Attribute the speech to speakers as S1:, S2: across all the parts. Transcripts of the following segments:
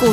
S1: 股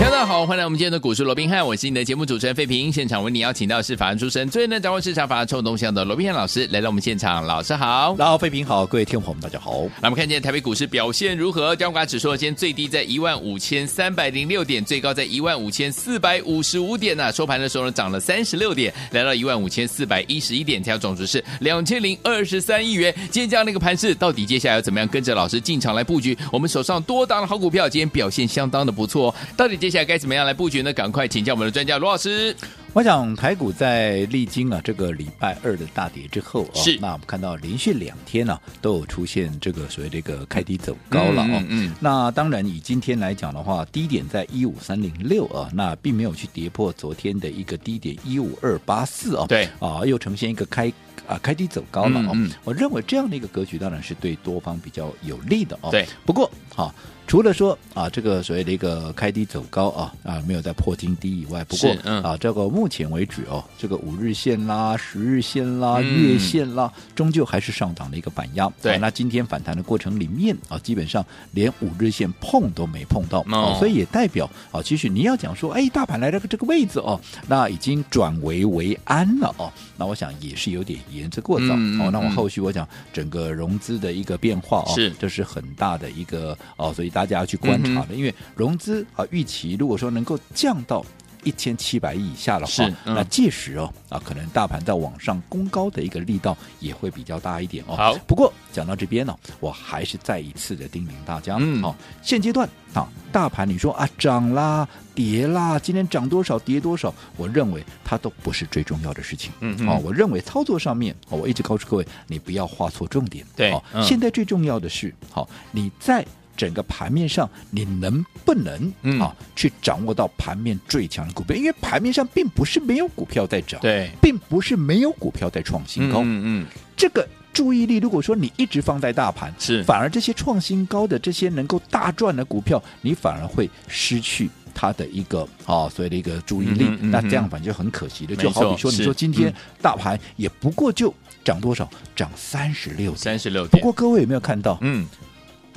S2: 大家好，欢迎来我们今天的股市罗宾汉，我是你的节目主持人费平。现场为你邀请到是法案出身、最能掌握市场法案冲动向的罗宾汉老师来到我们现场，老师好。
S3: 然后，费平好，各位听众朋友们，大家好。
S2: 那我们看见台北股市表现如何？加权指数今天最低在15,306点，最高在15,455点呐、收盘的时候呢，涨了36点，来到15,411点，成交总值是2,023亿元。今天这样的一个盘势，到底接下来要怎么样跟着老师进场来布局？我们手上多档的好股票，今天表现相当的不错、哦，到底接下来该怎么样来布局呢？赶快请教我们的专家罗老师。
S3: 我想台股在历经啊这个礼拜二的大跌之后啊，
S2: 是
S3: 那我们看到连续两天呢、都有出现这个所谓这个开低走高了
S2: 嗯
S3: 啊。
S2: 嗯嗯
S3: 那当然以今天来讲的话，低点在一五三零六啊，那并没有去跌破昨天的一个低点一五二八四啊。
S2: 对
S3: 啊，又呈现一个开。啊，开低走高了哦，
S2: 嗯嗯
S3: 我认为这样的一个格局当然是对多方比较有利的哦。
S2: 对，
S3: 不过好、除了说啊这个所谓的一个开低走高啊啊没有在破金低以外，不过
S2: 是、嗯
S3: 啊，这个目前为止哦，这个五日线啦、十日线啦、
S2: 嗯
S3: 月线啦，终究还是上档的一个板压。
S2: 对
S3: 啊那今天反弹的过程里面啊，基本上连五日线碰都没碰到，
S2: 哦
S3: 啊所以也代表啊，其实你要讲说，哎，大盘来到这个位置哦，那已经转危为安了哦，那我想也是有点言之过早、
S2: 嗯嗯
S3: 哦。那我
S2: 嗯
S3: 后续我讲整个融资的一个变化哦，
S2: 是
S3: 这是很大的一个哦，所以大家要去观察
S2: 嗯
S3: 的，因为融资啊预期如果说能够降到。一千七百亿以下的
S2: 是
S3: 话，
S2: 嗯
S3: 那届时哦啊，可能大盘在往上攻高的一个力道也会比较大一点哦。
S2: 好
S3: 不过讲到这边呢、我还是再一次的叮咛大家，
S2: 嗯
S3: 哦，现阶段啊，大盘你说啊涨啦、跌啦，今天涨多少、跌多少，我认为它都不是最重要的事情。
S2: 嗯嗯
S3: 啊，我认为操作上面，哦我一直告诉各位，你不要画错重点。
S2: 对
S3: 哦
S2: 嗯
S3: 现在最重要的是，好、你在。整个盘面上，你能不能、
S2: 嗯
S3: 啊去掌握到盘面最强的股票？因为盘面上并不是没有股票在涨，
S2: 对，
S3: 并不是没有股票在创新高，
S2: 嗯嗯，
S3: 这个注意力，如果说你一直放在大盘，
S2: 是
S3: 反而这些创新高的、这些能够大赚的股票，你反而会失去。它的一个啊、所谓的一个注意力，
S2: 嗯哼嗯哼
S3: 那这样反正就很可惜的，
S2: 没
S3: 就
S2: 错
S3: 好比说，你
S2: 是
S3: 说今天
S2: 嗯
S3: 大盘也不过就涨多少，涨三十六点。
S2: 三十六
S3: 不
S2: 点，
S3: 过各位有没有看到
S2: 嗯，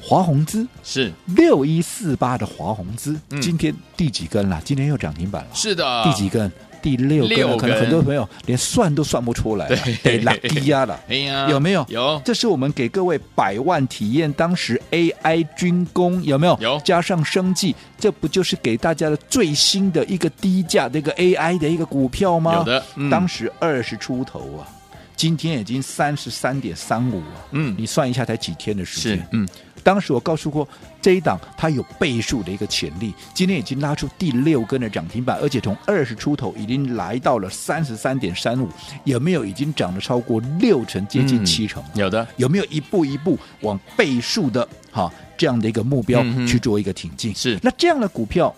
S3: 华宏资
S2: 是
S3: 六一四八的华宏资
S2: 嗯，
S3: 今天第几根了？今天又涨停板了。
S2: 是的，
S3: 第几根？第六根
S2: 六
S3: 了。可能
S2: 根
S3: 很多朋友连算都算不出来了
S2: 对，
S3: 得拉低压了。
S2: 哎呀，
S3: 有没有
S2: 有，
S3: 这是我们给各位百万体验当时 AI 军工有没有？
S2: 有
S3: 加上生计，这不就是给大家的最新的一个低价的一个 AI 的一个股票吗？
S2: 有的嗯
S3: 当时二十出头啊，今天已经三十三点三五啊，
S2: 嗯
S3: 你算一下才几天的时
S2: 是
S3: 间，，
S2: 嗯，
S3: 当时我告诉过这一档它有倍数的一个潜力，今天已经拉出第六根的涨停板，而且从二十出头已经来到了三十三点三五，有没有已经涨了超过六成，接近
S2: 嗯
S3: 七成了？
S2: 有的，
S3: 有没有一步一步往倍数的哈、这样的一个目标
S2: 嗯哼
S3: 去做一个挺进？
S2: 是
S3: 那这样的股票，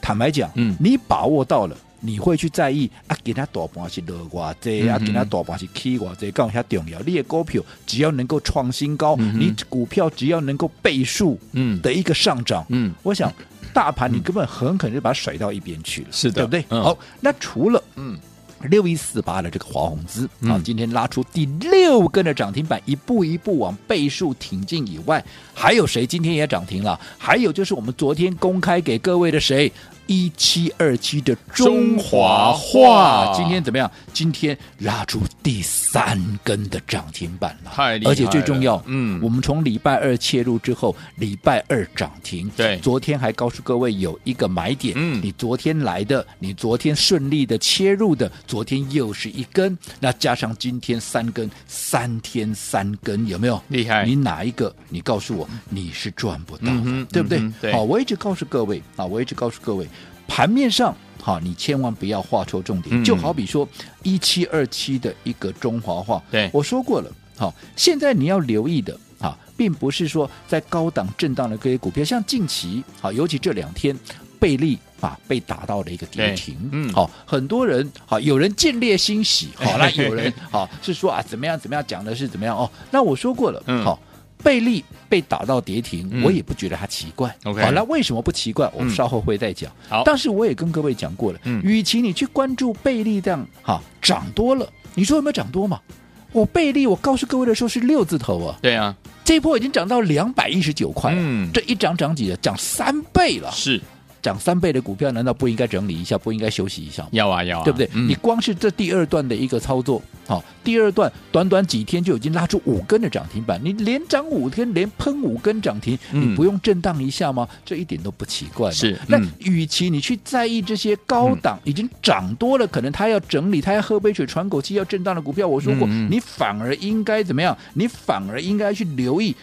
S3: 坦白讲，
S2: 嗯
S3: 你把握到了。你会去在意啊？给他大盘是落偌济啊？
S2: 嗯哼
S3: 给他大盘是起偌济，讲遐重要。你的股票只要能够创新高，
S2: 嗯哼
S3: 你股票只要能够倍数
S2: 嗯
S3: 的一个上涨，
S2: 嗯，
S3: 我想大盘你根本很可能就把它甩到一边去了，
S2: 是的
S3: 对不对？
S2: 嗯
S3: 好，那除了
S2: 嗯。
S3: 六一四八的这个华宏资啊
S2: 嗯，
S3: 今天拉出第六根的涨停板，一步一步往倍数挺进以外，还有谁今天也涨停了？还有就是我们昨天公开给各位的谁？一七二七的中华
S2: 中华
S3: 化，
S2: 化
S3: 今天怎么样？今天拉出第三根的涨停板了，
S2: 太厉害了
S3: 而且最重要，
S2: 嗯
S3: 我们从礼拜二切入之后，礼拜二涨停，
S2: 对
S3: 昨天还告诉各位有一个买点，
S2: 嗯
S3: 你昨天来的，你昨天顺利的切入的，昨天又是一根，那加上今天三根，三天三根，有没有？
S2: 厉害
S3: 你哪一个？你告诉我，你是赚不到的，
S2: 嗯哼
S3: 对不对？
S2: 嗯哼对
S3: 好，我一直告诉各位啊，我一直告诉各位，盘面上。好，你千万不要画错重点，
S2: 嗯
S3: 就好比说一七二七的一个中华化，
S2: 对
S3: 我说过了，好，现在你要留意的啊，并不是说在高档震荡的这些股票，像近期啊，尤其这两天，贝利啊被打到了一个跌
S2: 对
S3: 停，
S2: 嗯
S3: 好，很多人好，有人见猎 欣喜，好，那有
S2: 嘿嘿
S3: 人好是说啊怎么样怎么样讲的是怎么样哦，那我说过了，
S2: 嗯
S3: 好，贝利被打到跌停，
S2: 嗯
S3: 我也不觉得它奇怪。
S2: OK
S3: 好，那为什么不奇怪？我们
S2: 嗯
S3: 稍后会再讲。
S2: 好
S3: 但是我也跟各位讲过了，
S2: 嗯
S3: 与其你去关注贝利这样哈涨多了，你说有没有涨多嘛？我贝利，我告诉各位的时候是六字头啊，
S2: 对啊，
S3: 这一波已经涨到两百一十九块了，
S2: 嗯
S3: 这一涨涨几了？涨三倍了，
S2: 是
S3: 涨三倍的股票难道不应该整理一下，不应该休息一下吗？
S2: 要啊要啊，
S3: 对不对？
S2: 嗯
S3: 你光是这第二段的一个操作，好、第二段短短几天就已经拉出五根的涨停板，你连涨五天，连喷五根涨停，
S2: 嗯
S3: 你不用震荡一下吗？这一点都不奇怪嘛。
S2: 是
S3: 那
S2: 嗯
S3: 与其你去在意这些高档、已经涨多了，可能它要整理，它要喝杯水、喘口气，要震荡的股票，我说过，
S2: 嗯嗯
S3: 你反而应该怎么样？你反而应该去留意。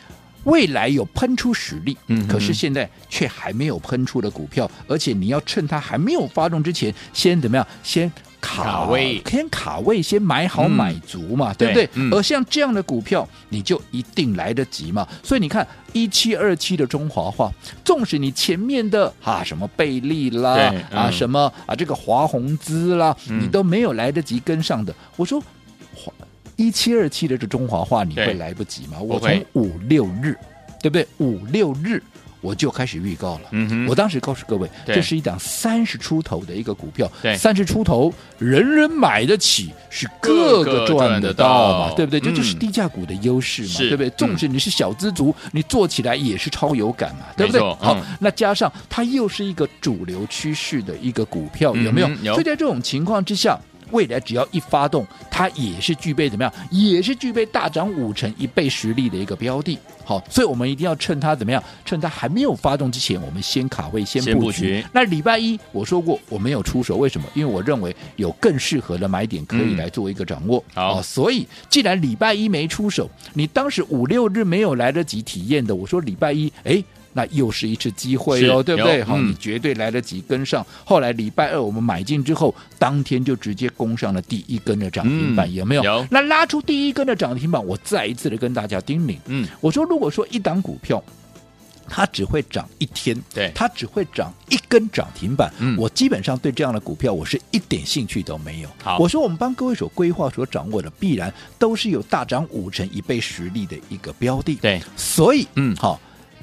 S3: 未来有喷出实力，
S2: 嗯哼
S3: 可是现在却还没有喷出的股票，而且你要趁它还没有发动之前，先怎么样？先卡
S2: 卡位
S3: 先卡位，先买好
S2: 嗯
S3: 买足嘛，对不
S2: 对
S3: 对？
S2: 嗯
S3: 而像这样的股票，你就一定来得及嘛。所以你看，一七二七的中华化，纵使你前面的啊什么贝利啦
S2: 对、嗯
S3: 啊什么啊这个华宏资啦，
S2: 嗯
S3: 你都没有来得及跟上的，我说华一七二七的这中华化，你
S2: 对
S3: 会来不及吗？我
S2: 不会
S3: 从五六日，对不对？五六日我就开始预告了。
S2: 嗯哼，
S3: 我当时告诉各位，
S2: 对
S3: 这是一档三十出头的一个股票
S2: 对，
S3: 三十出头人人买得起，是
S2: 各
S3: 各
S2: 个
S3: 个
S2: 赚
S3: 赚
S2: 得
S3: 得到嘛
S2: 到，
S3: 对不对？这
S2: 嗯
S3: 就是低价股的优势嘛，
S2: 是
S3: 对不对
S2: 嗯？
S3: 纵使你是小资族，你做起来也是超有感嘛，对不对
S2: 没错？
S3: 好
S2: 嗯，
S3: 那加上它又是一个主流趋势的一个股票，有没有
S2: 嗯哼？有
S3: 所以在这种情况之下。未来只要一发动，它也是具备怎么样？也是具备大涨五成一倍实力的一个标的。好，所以我们一定要趁它怎么样？趁它还没有发动之前，我们先卡位，先
S2: 先布
S3: 布局。
S2: 局
S3: 那礼拜一我说过我没有出手，为什么？因为我认为有更适合的买点可以
S2: 嗯
S3: 来做一个掌握。
S2: 好
S3: 哦所以既然礼拜一没出手，你当时五六日没有来得及体验的，我说礼拜一，哎。那又是一次机会
S2: 是
S3: 哦，对不对？
S2: 有
S3: 好、
S2: 嗯
S3: 你绝对来得及跟上。后来礼拜二我们买进之后，当天就直接攻上了第一根的涨停板，
S2: 嗯
S3: 有没有？
S2: 有
S3: 那拉出第一根的涨停板，我再一次的跟大家叮咛，
S2: 嗯
S3: 我说，如果说一档股票，它只会涨一天，
S2: 对
S3: 它只会涨一根涨停板，
S2: 嗯
S3: 我基本上对这样的股票我是一点兴趣都没有。
S2: 好
S3: 我说我们帮各位所规划、所掌握的，必然都是有大涨五成一倍实力的一个标的。
S2: 对，
S3: 所以，
S2: 嗯
S3: 好、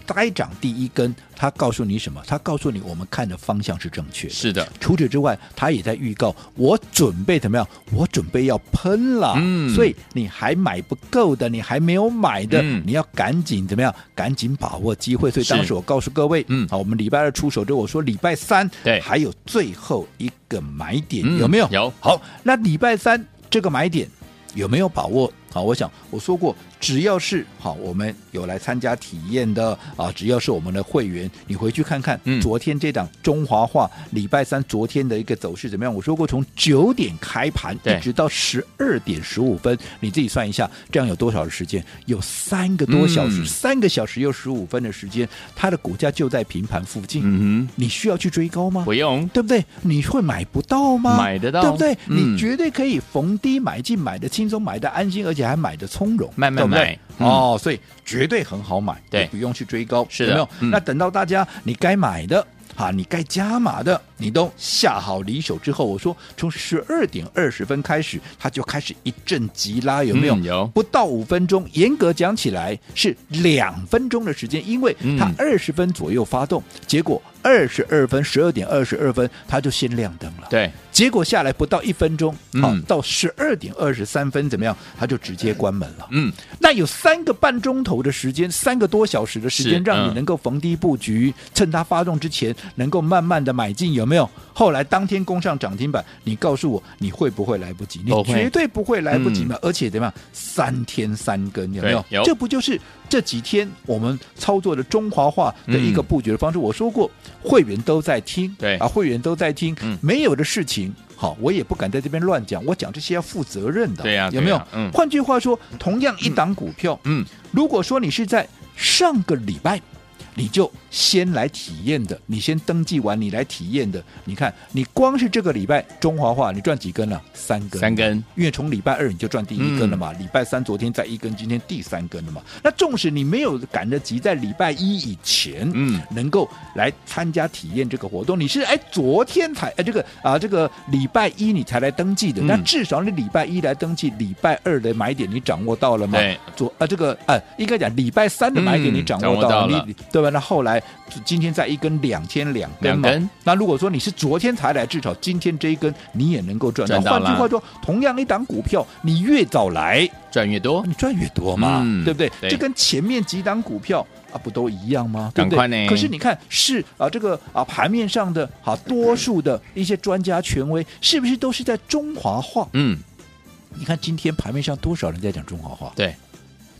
S3: 该涨第一根，它告诉你什么？它告诉你我们看的方向是正确的。
S2: 是的，
S3: 除此之外，他也在预告我准备怎么样？我准备要喷了。
S2: 嗯
S3: 所以你还买不够的，你还没有买的，
S2: 嗯
S3: 你要赶紧怎么样？赶紧把握机会。所以
S2: 是
S3: 当时我告诉各位，
S2: 嗯
S3: 好，我们礼拜二出手之后，我说礼拜三
S2: 对
S3: 还有最后一个买点，
S2: 嗯
S3: 有没有？
S2: 有
S3: 好，那礼拜三这个买点有没有把握？好，我想我说过，只要是好，我们有来参加体验的啊，只要是我们的会员，你回去看看，
S2: 嗯
S3: 昨天这档中华化礼拜三昨天的一个走势怎么样？我说过，从九点开盘
S2: 对
S3: 一直到十二点十五分，你自己算一下，这样有多少的时间？有三个多小时，
S2: 嗯
S3: 三个小时又十五分的时间，它的股价就在平盘附近，
S2: 嗯
S3: 你需要去追高吗
S2: 哼，？不用，
S3: 对不对？你会买不到吗？
S2: 买得到
S3: 对不对？
S2: 嗯
S3: 你绝对可以逢低买进，买的轻松，买的安心，而且还买的从容，
S2: 慢慢
S3: 对不对
S2: 买嗯
S3: 哦，所以绝对很好买，
S2: 对
S3: 也不用去追高，
S2: 是的
S3: 有没有？
S2: 嗯
S3: 那等到大家你该买的。啊，你该加码的，你都下好离手之后，我说从十二点二十分开始，它就开始一阵急拉，有没有？
S2: 嗯有
S3: 不到五分钟，严格讲起来是两分钟的时间，因为它
S2: 嗯
S3: 二十分左右发动，结果二十二分十二点二十二分，它就先亮灯了。，
S2: 对，
S3: 结果下来不到一分钟，
S2: 嗯
S3: 好、到十二点二十三分怎么样，它就直接关门了。
S2: 嗯，
S3: 那有三个半钟头的时间，三个多小时的时
S2: 是
S3: 间，让
S2: 嗯
S3: 你能够逢低布局，趁它发动之前能够慢慢的买进，有没有？后来当天攻上涨停板，你告诉我你会不会来不及？你
S2: 不会嗯
S3: 绝对不会来不及嘛！而且怎么样，三天三更，有没有？
S2: 对有
S3: 这不就是这几天我们操作的中华化的一个
S2: 嗯
S3: 布局的方式？我说过，会员都在听，
S2: 对
S3: 啊，会员都在听，
S2: 嗯
S3: 没有的事情。好，我也不敢在这边乱讲，我讲这些要负责任的，
S2: 对呀
S3: 有没有
S2: 对呀？嗯
S3: 换句话说，同样一档股票，
S2: 嗯，
S3: 如果说你是在上个礼拜，你就先来体验的，你先登记完，你来体验的。你看，你光是这个礼拜中华化，你赚几根了？三根，
S2: 三根，
S3: 因为从礼拜二你就赚第一根了嘛，
S2: 嗯
S3: 礼拜三昨天再一根，今天第三根了嘛。那纵使你没有赶得及在礼拜一以前，
S2: 嗯，
S3: 能够来参加体验这个活动，你是哎昨天才哎这个啊这个礼拜一你才来登记的，
S2: 嗯
S3: 那至少你礼拜一来登记，礼拜二的买点你掌握到了吗？
S2: 对，
S3: 昨啊这个呃应该讲礼拜三的买点你
S2: 嗯
S3: 掌
S2: 掌
S3: 握
S2: 握
S3: 到了，
S2: 到了
S3: 你你对吧？那后来今天再一根两天两根嘛
S2: 两根，
S3: 那如果说你是昨天才来，至少今天这一根你也能够赚到。
S2: 赚到
S3: 换
S2: 了
S3: 句话说，同样一档股票，你越早来，哦
S2: 赚越多
S3: 你赚越多嘛，
S2: 嗯
S3: 对不对？
S2: 对
S3: 这跟前面几档股票啊不都一样吗？对不
S2: 赶快呢
S3: 对？可是你看是啊，这个啊盘面上的啊多数的一些专家权威，是不是都是在中华化？
S2: 嗯，
S3: 你看今天盘面上多少人在讲中华化？
S2: 对，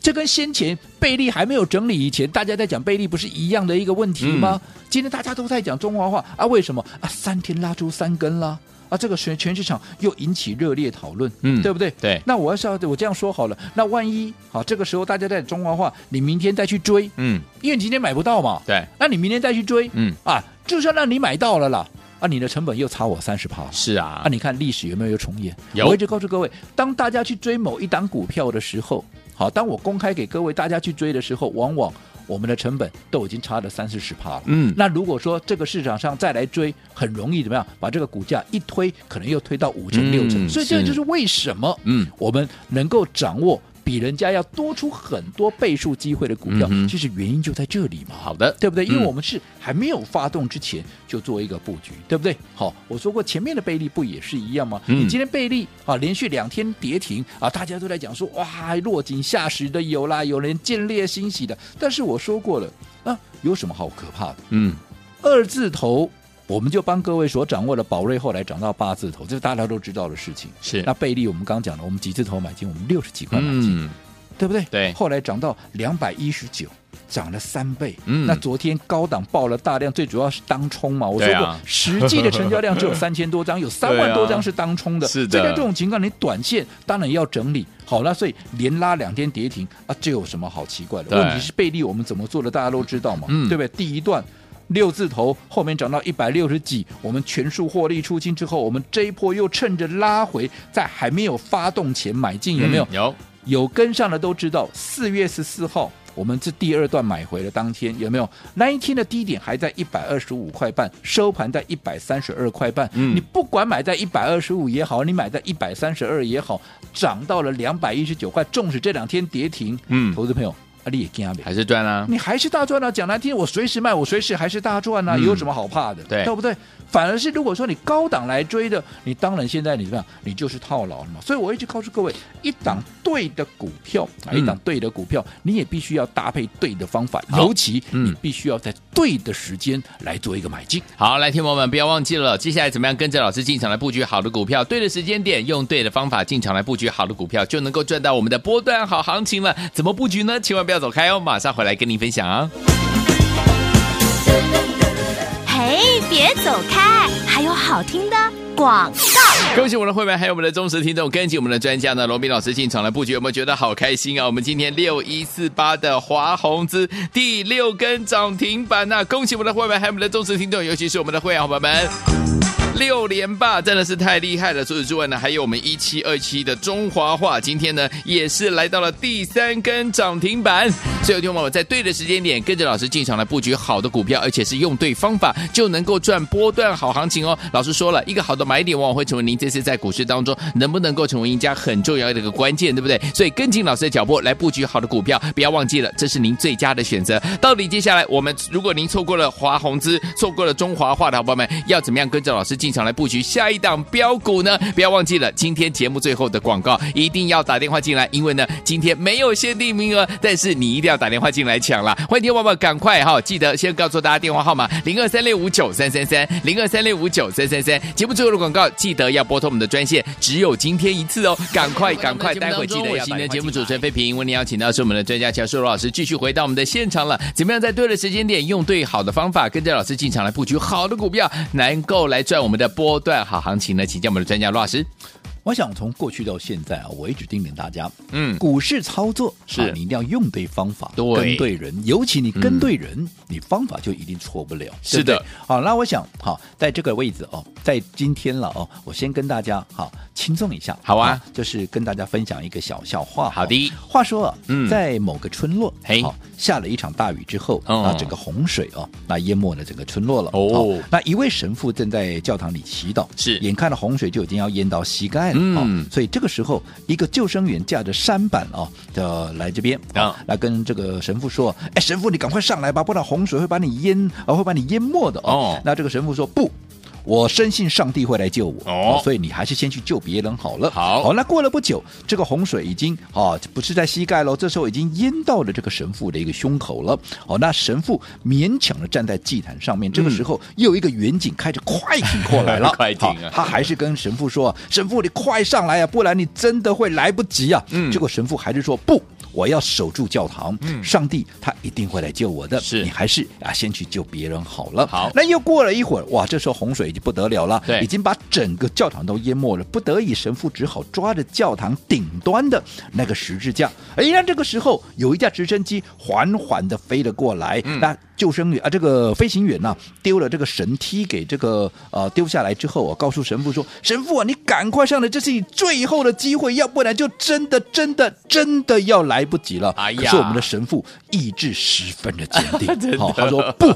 S3: 这跟先前贝利还没有整理以前，大家在讲贝利不是一样的一个问题吗？
S2: 嗯
S3: 今天大家都在讲中华话啊，为什么啊？三天拉出三根啦！啊，这个全全市场又引起热烈讨论，
S2: 嗯
S3: 对不对？
S2: 对
S3: 那我要是要我这样说好了，那万一好、这个时候大家在讲中华话，你明天再去追，
S2: 嗯，
S3: 因为你今天买不到嘛，
S2: 对，
S3: 那你明天再去追，
S2: 嗯，
S3: 啊，就算让你买到了啦，啊，你的成本又差我三十趴，
S2: 是啊
S3: 啊，，你看历史有没有又重演？
S2: 有
S3: 我一直告诉各位，当大家去追某一档股票的时候，好，当我公开给各位大家去追的时候，往往我们的成本都已经差了三四十趴了。
S2: 嗯，
S3: 那如果说这个市场上再来追，很容易怎么样？把这个股价一推，可能又推到五成六成。
S2: 嗯
S3: 所以这
S2: 是
S3: 就是为什么，
S2: 嗯，
S3: 我们能够掌握比人家要多出很多倍数机会的股票，
S2: 嗯哼
S3: 其实原因就在这里嘛。
S2: 好的，
S3: 对不对？因为
S2: 嗯
S3: 我们是还没有发动之前就做一个布局，对不对？好，我说过前面的贝利不也是一样吗？
S2: 嗯
S3: 你今天贝利啊，连续两天跌停啊，大家都在讲说哇，落井下石的有啦，有人见猎欣喜的，但是我说过了啊，有什么好可怕的？
S2: 嗯，
S3: 二字头。我们就帮各位所掌握的宝瑞后来涨到八字头，这是大家都知道的事情。
S2: 是
S3: 那贝利我们刚讲了，我们几字头买进，我们六十几块买进，
S2: 嗯，
S3: 对不对？
S2: 对
S3: 后来涨到两百一十九，涨了三倍。
S2: 嗯
S3: 那昨天高档爆了大量，最主要是当冲嘛。我说
S2: 对
S3: 过，
S2: 啊
S3: 实际的成交 量只有三千多张，有三万多张是当冲的。
S2: 对啊是的
S3: 所以在这种情况，你短线当然要整理。好那所以连拉两天跌停啊，这有什么好奇怪的？
S2: 对
S3: 问题是贝利我们怎么做的，大家都知道嘛，
S2: 嗯
S3: 对不对？第一段。六字头后面涨到一百六十几，我们全数获利出清之后，我们这一波又趁着拉回，在还没有发动前买进，有没有？
S2: 嗯有，
S3: 有跟上的都知道，四月十四号我们这第二段买回了，当天有没有？那一天的低点还在一百二十五块半，收盘在一百三十二块半。
S2: 嗯
S3: 你不管买在一百二十五也好，你买在一百三十二也好，涨到了两百一十九块，纵使这两天跌停，
S2: 嗯，
S3: 投资朋友，啊，你也惊呗。
S2: 还是赚啦，
S3: 你还是大赚啊！讲难听，我随时卖，我随时还是大赚啊，
S2: 嗯
S3: 有什么好怕的？
S2: 对
S3: 不对？反而是如果说你高档来追的，你当然现在你怎么样，你就是套牢了嘛。所以我一直告诉各位，一档对的股票，买
S2: 嗯
S3: 一档对的股票，你也必须要搭配对的方法，
S2: 好
S3: 尤其
S2: 嗯
S3: 你必须要在对的时间来做一个买进。
S2: 好，来，听众朋友们，不要忘记了，接下来怎么样跟着老师进场来布局好的股票？对的时间点，用对的方法进场来布局好的股票，就能够赚到我们的波段好行情了。怎么布局呢？千万不要走开哦，马上回来跟您分享啊。
S1: 嘿，别走开，还有好听的广。
S2: 恭喜我们的会员，还有我们的忠实听众，跟紧我们的专家呢，罗斌老师进场来布局，有没有觉得好开心啊？我们今天六一四八的华宏资第六根涨停板呐、恭喜我们的会员，还有我们的忠实听众，尤其是我们的会员伙伴们。六连霸真的是太厉害了！除此之外呢，还有我们一七二七的中华化，今天呢也是来到了第三根涨停板。所以，听众朋友们在对的时间点跟着老师进场来布局好的股票，而且是用对方法，就能够赚波段好行情哦。老师说了一个好的买点，往往会成为您这次在股市当中能不能够成为赢家很重要的一个关键，对不对？所以跟紧老师的脚步来布局好的股票，不要忘记了，这是您最佳的选择。到底接下来我们如果您错过了华宏资，错过了中华化的好朋友们，要怎么样跟着老师进场来布局下一档标股呢？不要忘记了，今天节目最后的广告一定要打电话进来，因为呢今天没有限定名额，但是你一定要打电话进来抢啦！欢迎听众朋友们赶快哈，记得先告诉大家电话号码零二三六五九三三三零二三六五九三三三。节目最后的广告记得要拨通我们的专线，只有今天一次哦，赶快赶快，待会记得要打电话进来我是今天的节目主持人费平，为您邀请到是我们的专家乔硕罗老师，继续回到我们的现场了。怎么样在对的时间点，用对好的方法，跟着老师进场来布局好的股票，能够来赚我们的波段好行情呢？请教我们的专家罗老师。
S3: 我想从过去到现在啊，我一直叮咛大家，
S2: 嗯，
S3: 股市操作
S2: 是
S3: 啊你一定要用对方法，
S2: 对
S3: 跟对人，尤其你
S2: 嗯
S3: 跟对人，你方法就一定错不了。
S2: 是
S3: 对不对
S2: 的，
S3: 好，那我想，好，在这个位置哦，在今天了哦，我先跟大家好轻松一下，
S2: 好啊
S3: 就是跟大家分享一个小笑话。
S2: 好的
S3: 哦话说啊，
S2: 嗯
S3: 在某个村落，
S2: 嘿
S3: 好下了一场大雨之后，
S2: 哦
S3: 啊，整个洪水哦，那淹没了整个村落了。
S2: 哦
S3: 好那一位神父正在教堂里祈祷，
S2: 是
S3: 眼看着洪水就已经要淹到膝盖了，
S2: 嗯
S3: 哦所以这个时候，一个救生员驾着舢板哦，呃，来这边
S2: 啊
S3: 哦来跟这个神父说：“哎，神父，你赶快上来吧，不然洪水会把你淹，呃，会把你淹没的哦
S2: 哦。”
S3: 那这个神父说：“不。”我深信上帝会来救我，
S2: 哦
S3: 所以你还是先去救别人好了。
S2: 好
S3: 好，那过了不久，这个洪水已经啊，不是在膝盖喽，这时候已经淹到了这个神父的一个胸口了。好，那神父勉强的站在祭坛上面，这个时候又有一个远景开着快艇过来了，
S2: 快艇啊
S3: 好他还是跟神父说：“神父，你快上来啊，不然你真的会来不及啊。”
S2: 嗯
S3: 结果神父还是说：“不，我要守住教堂，上帝他一定会来救我的。
S2: 是
S3: 你还是啊，先去救别人好了。”
S2: 好
S3: 那又过了一会儿，哇，这时候洪水已经不得了了，
S2: 对
S3: 已经把整个教堂都淹没了。不得已，神父只好抓着教堂顶端的那个十字架。哎，那这个时候有一架直升机缓缓的飞了过来，
S2: 嗯
S3: 那救生员啊，这个飞行员呐、丢了这个绳梯给这个呃丢下来之后，我告诉神父说：“神父啊，你赶快上来，这是你最后的机会，要不然就真的真的真的要来不及了。”
S2: 哎呀
S3: 可是我们的神父意志十分的坚
S2: 真
S3: 定，
S2: 的
S3: 好、他说不。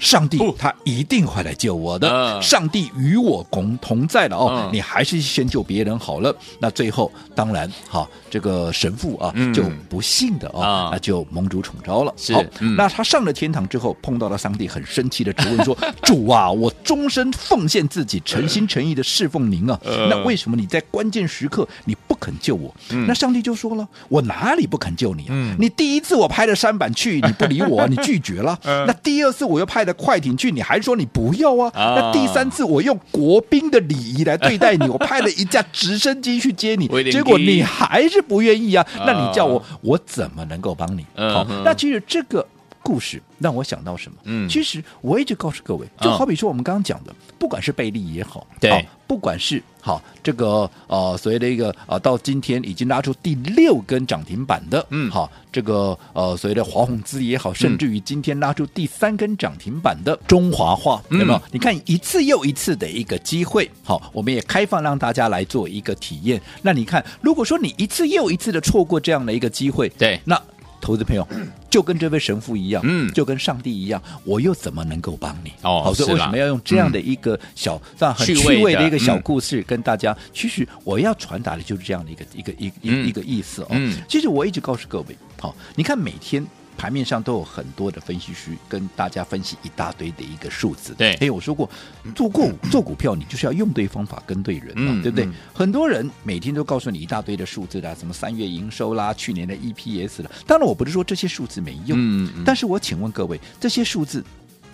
S3: 上帝
S2: 不
S3: 他一定会来救我的，
S2: 嗯
S3: 上帝与我同同在了哦，
S2: 嗯
S3: 你还是先救别人好了。那最后当然哈、这个神父啊、
S2: 嗯
S3: 就不幸的哦，
S2: 啊
S3: 那就蒙主宠招了。
S2: 是
S3: 好，
S2: 嗯
S3: 那他上了天堂之后，碰到了上帝，很生气的质 问说：“主啊，我终身奉献自己，诚心诚意的侍奉您啊，
S2: 呃
S3: 那为什么你在关键时刻你不肯救我？”那上帝就说了：“我哪里不肯救你啊？
S2: 嗯
S3: 你第一次我拍了舢板去，你不理 我，啊你拒绝了。
S2: 嗯
S3: 那第二次我又派了快艇去，你还说你不要啊。
S2: 啊
S3: 那第三次我用国宾的礼仪来对待你，我派了一架直升机去接你
S2: 威，廉
S3: 结果
S2: 基
S3: 你还是不愿意啊。
S2: 啊
S3: 那你叫我，我怎么能够帮你？
S2: 嗯
S3: 好
S2: 哼，
S3: 那其实这个。故事让我想到什么？
S2: 嗯
S3: 其实我一直告诉各位，就
S2: 嗯
S3: 好比说我们刚刚讲的，不管是贝利也好，
S2: 对
S3: 好不管是好这个呃所谓的一个呃到今天已经拉出第六根涨停板的，
S2: 嗯
S3: 好这个呃所谓的华宏资也好，甚至于今天拉出第三根涨停板的中华化，
S2: 嗯
S3: 有没有？你看一次又一次的一个机会，好，我们也开放让大家来做一个体验。那你看，如果说你一次又一次的错过这样的一个机会，
S2: 对
S3: 那。投资朋友，就跟这位神父一样，
S2: 嗯
S3: 就跟上帝一样，我又怎么能够帮你？
S2: 哦
S3: 好所以
S2: 是
S3: 为
S2: 啦
S3: 什么要用这样的一个小、这样很
S2: 趣
S3: 趣
S2: 味的
S3: 味的一个小
S2: 嗯
S3: 故事跟大家？其实我要传达的就是这样的一个一个一个一个
S2: 嗯
S3: 一个意思哦。
S2: 嗯
S3: 其实我一直告诉各位，好，你看每天。盘面上都有很多的分析师跟大家分析一大堆的一个数字。
S2: 对
S3: 哎，我说过，做过做股票，你就是要用对方法跟对人嘛，
S2: 嗯
S3: 对不对？
S2: 嗯
S3: 很多人每天都告诉你一大堆的数字啦，什么三月营收啦，去年的 EPS 啦。当然，我不是说这些数字没用，
S2: 嗯嗯
S3: 但是我请问各位，这些数字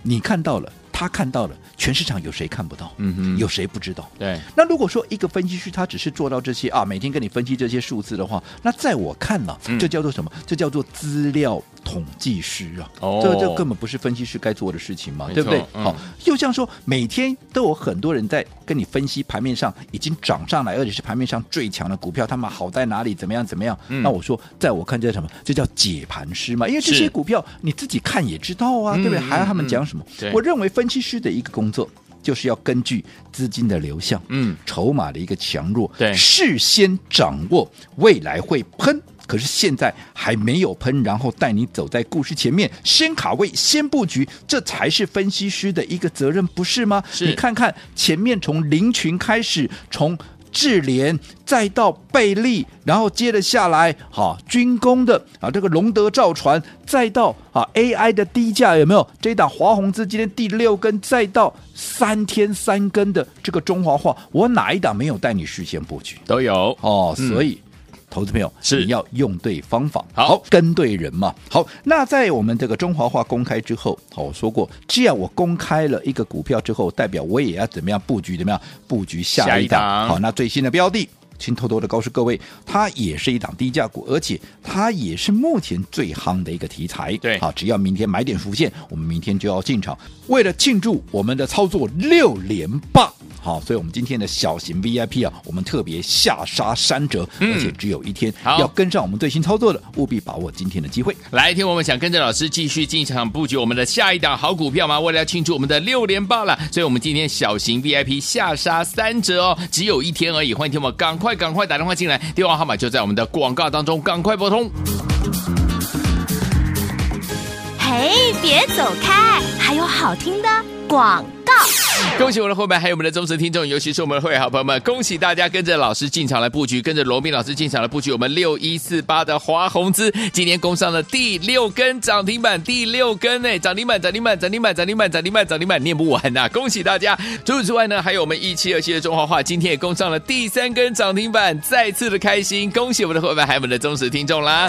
S3: 你看到了，他看到了，全市场有谁看不到？
S2: 嗯哼
S3: 有谁不知道？
S2: 对，
S3: 那如果说一个分析师他只是做到这些啊，每天跟你分析这些数字的话，那在我看呢、
S2: 嗯
S3: 这叫做什么？这叫做资料统计师啊！
S2: 哦
S3: 这这根本不是分析师该做的事情嘛，
S2: 没错
S3: 对不对？
S2: 嗯
S3: 好，就像说每天都有很多人在跟你分析盘面上已经涨上来，而且是盘面上最强的股票，他们好在哪里，怎么样怎么样？
S2: 嗯
S3: 那我说，在我看这叫什么？这叫解盘师嘛，因为这
S2: 是
S3: 些股票你自己看也知道啊，
S2: 嗯
S3: 对不对？
S2: 嗯
S3: 还要他们
S2: 嗯
S3: 讲什么？
S2: 对
S3: 我认为分析师的一个工作。就是要根据资金的流向，
S2: 嗯
S3: 筹码的一个强弱，
S2: 对
S3: 事先掌握未来会喷。可是现在还没有喷，然后带你走在故事前面，先卡位，先布局，这才是分析师的一个责任，不是吗？
S2: 是
S3: 你看看前面从林群开始，从智联再到贝利，然后接着下来，哈、军工的啊，这个龙德造船，再到啊 AI 的低价有没有？这一档华宏资今天第六根，再到三天三根的这个中华化，我哪一档没有带你事先布局？
S2: 都有
S3: 哦，
S2: 嗯
S3: 所以。投资朋友
S2: 是
S3: 你要用对方法，
S2: 好
S3: 跟对人嘛。好，那在我们这个中华化公开之后，好，我说过，既然我公开了一个股票之后，代表我也要怎么样布局，怎么样布局
S2: 下
S3: 下
S2: 一
S3: 一档。
S2: 档
S3: 好，那最新的标的请偷偷的告诉各位，它也是一档低价股，而且它也是目前最夯的一个题材。
S2: 对
S3: 好，只要明天买点浮现，我们明天就要进场。为了庆祝我们的操作六连霸，好，所以我们今天的小型 VIP 啊，我们特别下杀三折，
S2: 嗯
S3: 而且只有一天。
S2: 好
S3: 要跟上我们最新操作的，务必把握今天的机会。
S2: 来，听我们想跟着老师继续进场布局我们的下一档好股票吗？为了要庆祝我们的六连霸了，所以我们今天小型 VIP 下杀三折哦，只有一天而已。欢迎听我们赶快赶快打电话进来，电话号码就在我们的广告当中，赶快拨通。
S1: 嘿，别走开，还有好听的广告。
S2: 恭喜我们的伙伴，还有我们的忠实听众，尤其是我们的会员好朋友们， 恭喜大家跟着老师进场来布局，跟着罗斌老师进场来布局我们六一四八的华宏资，今天攻上了第六根涨停板，第六根哎，涨停板，涨停板，涨停板，涨停板，涨停板，涨停板，念不完呐、啊恭喜大家！除此之外呢，还有我们一七二七的中华化，今天也攻上了第三根涨停板，再次的开心，恭喜我们的伙伴，还有我们的忠实听众啦！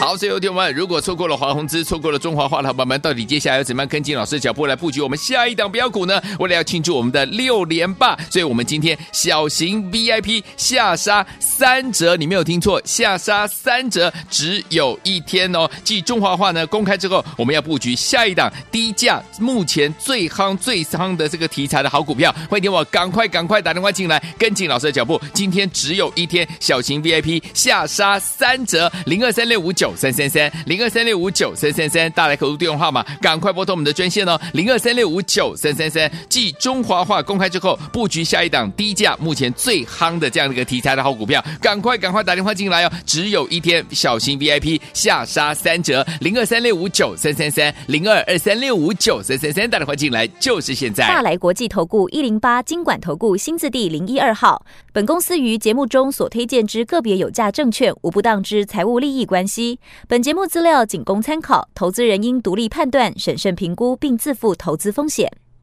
S2: 好，所以有听我们，如果错过了华宏资，错过了中华化的伙伴们，到底接下来要怎么样跟进老师的脚步来布局我们下一档标股呢？为了要庆祝我们的六连霸，所以我们今天小型 VIP 下杀三折，你没有听错，下杀三折，只有一天哦。继中华化呢公开之后，我们要布局下一档低价，目前最夯最夯的这个题材的好股票，欢迎听我赶快赶快打电话进来，跟紧老师的脚步，今天只有一天，小型 VIP 下杀三折，零二三六五九三三三，零二三六五九三三三，大来客户电话号码，赶快拨通我们的专线哦，零二三六五九三三三。继中华化公开之后，布局下一档低价，目前最夯的这样的一个题材的好股票，赶快赶快打电话进来哦，只有一天，小型 VIP 下杀三折，零二三六五九三三三，零二二三六五九三三三，打电话进来就是现在。
S4: 大来国际投顾一零八金管投顾新字第零一二号。本公司于节目中所推荐之个别有价证券，无不当之财务利益关系。本节目资料仅供参考，投资人应独立判断、审慎评估，并自负投资风险。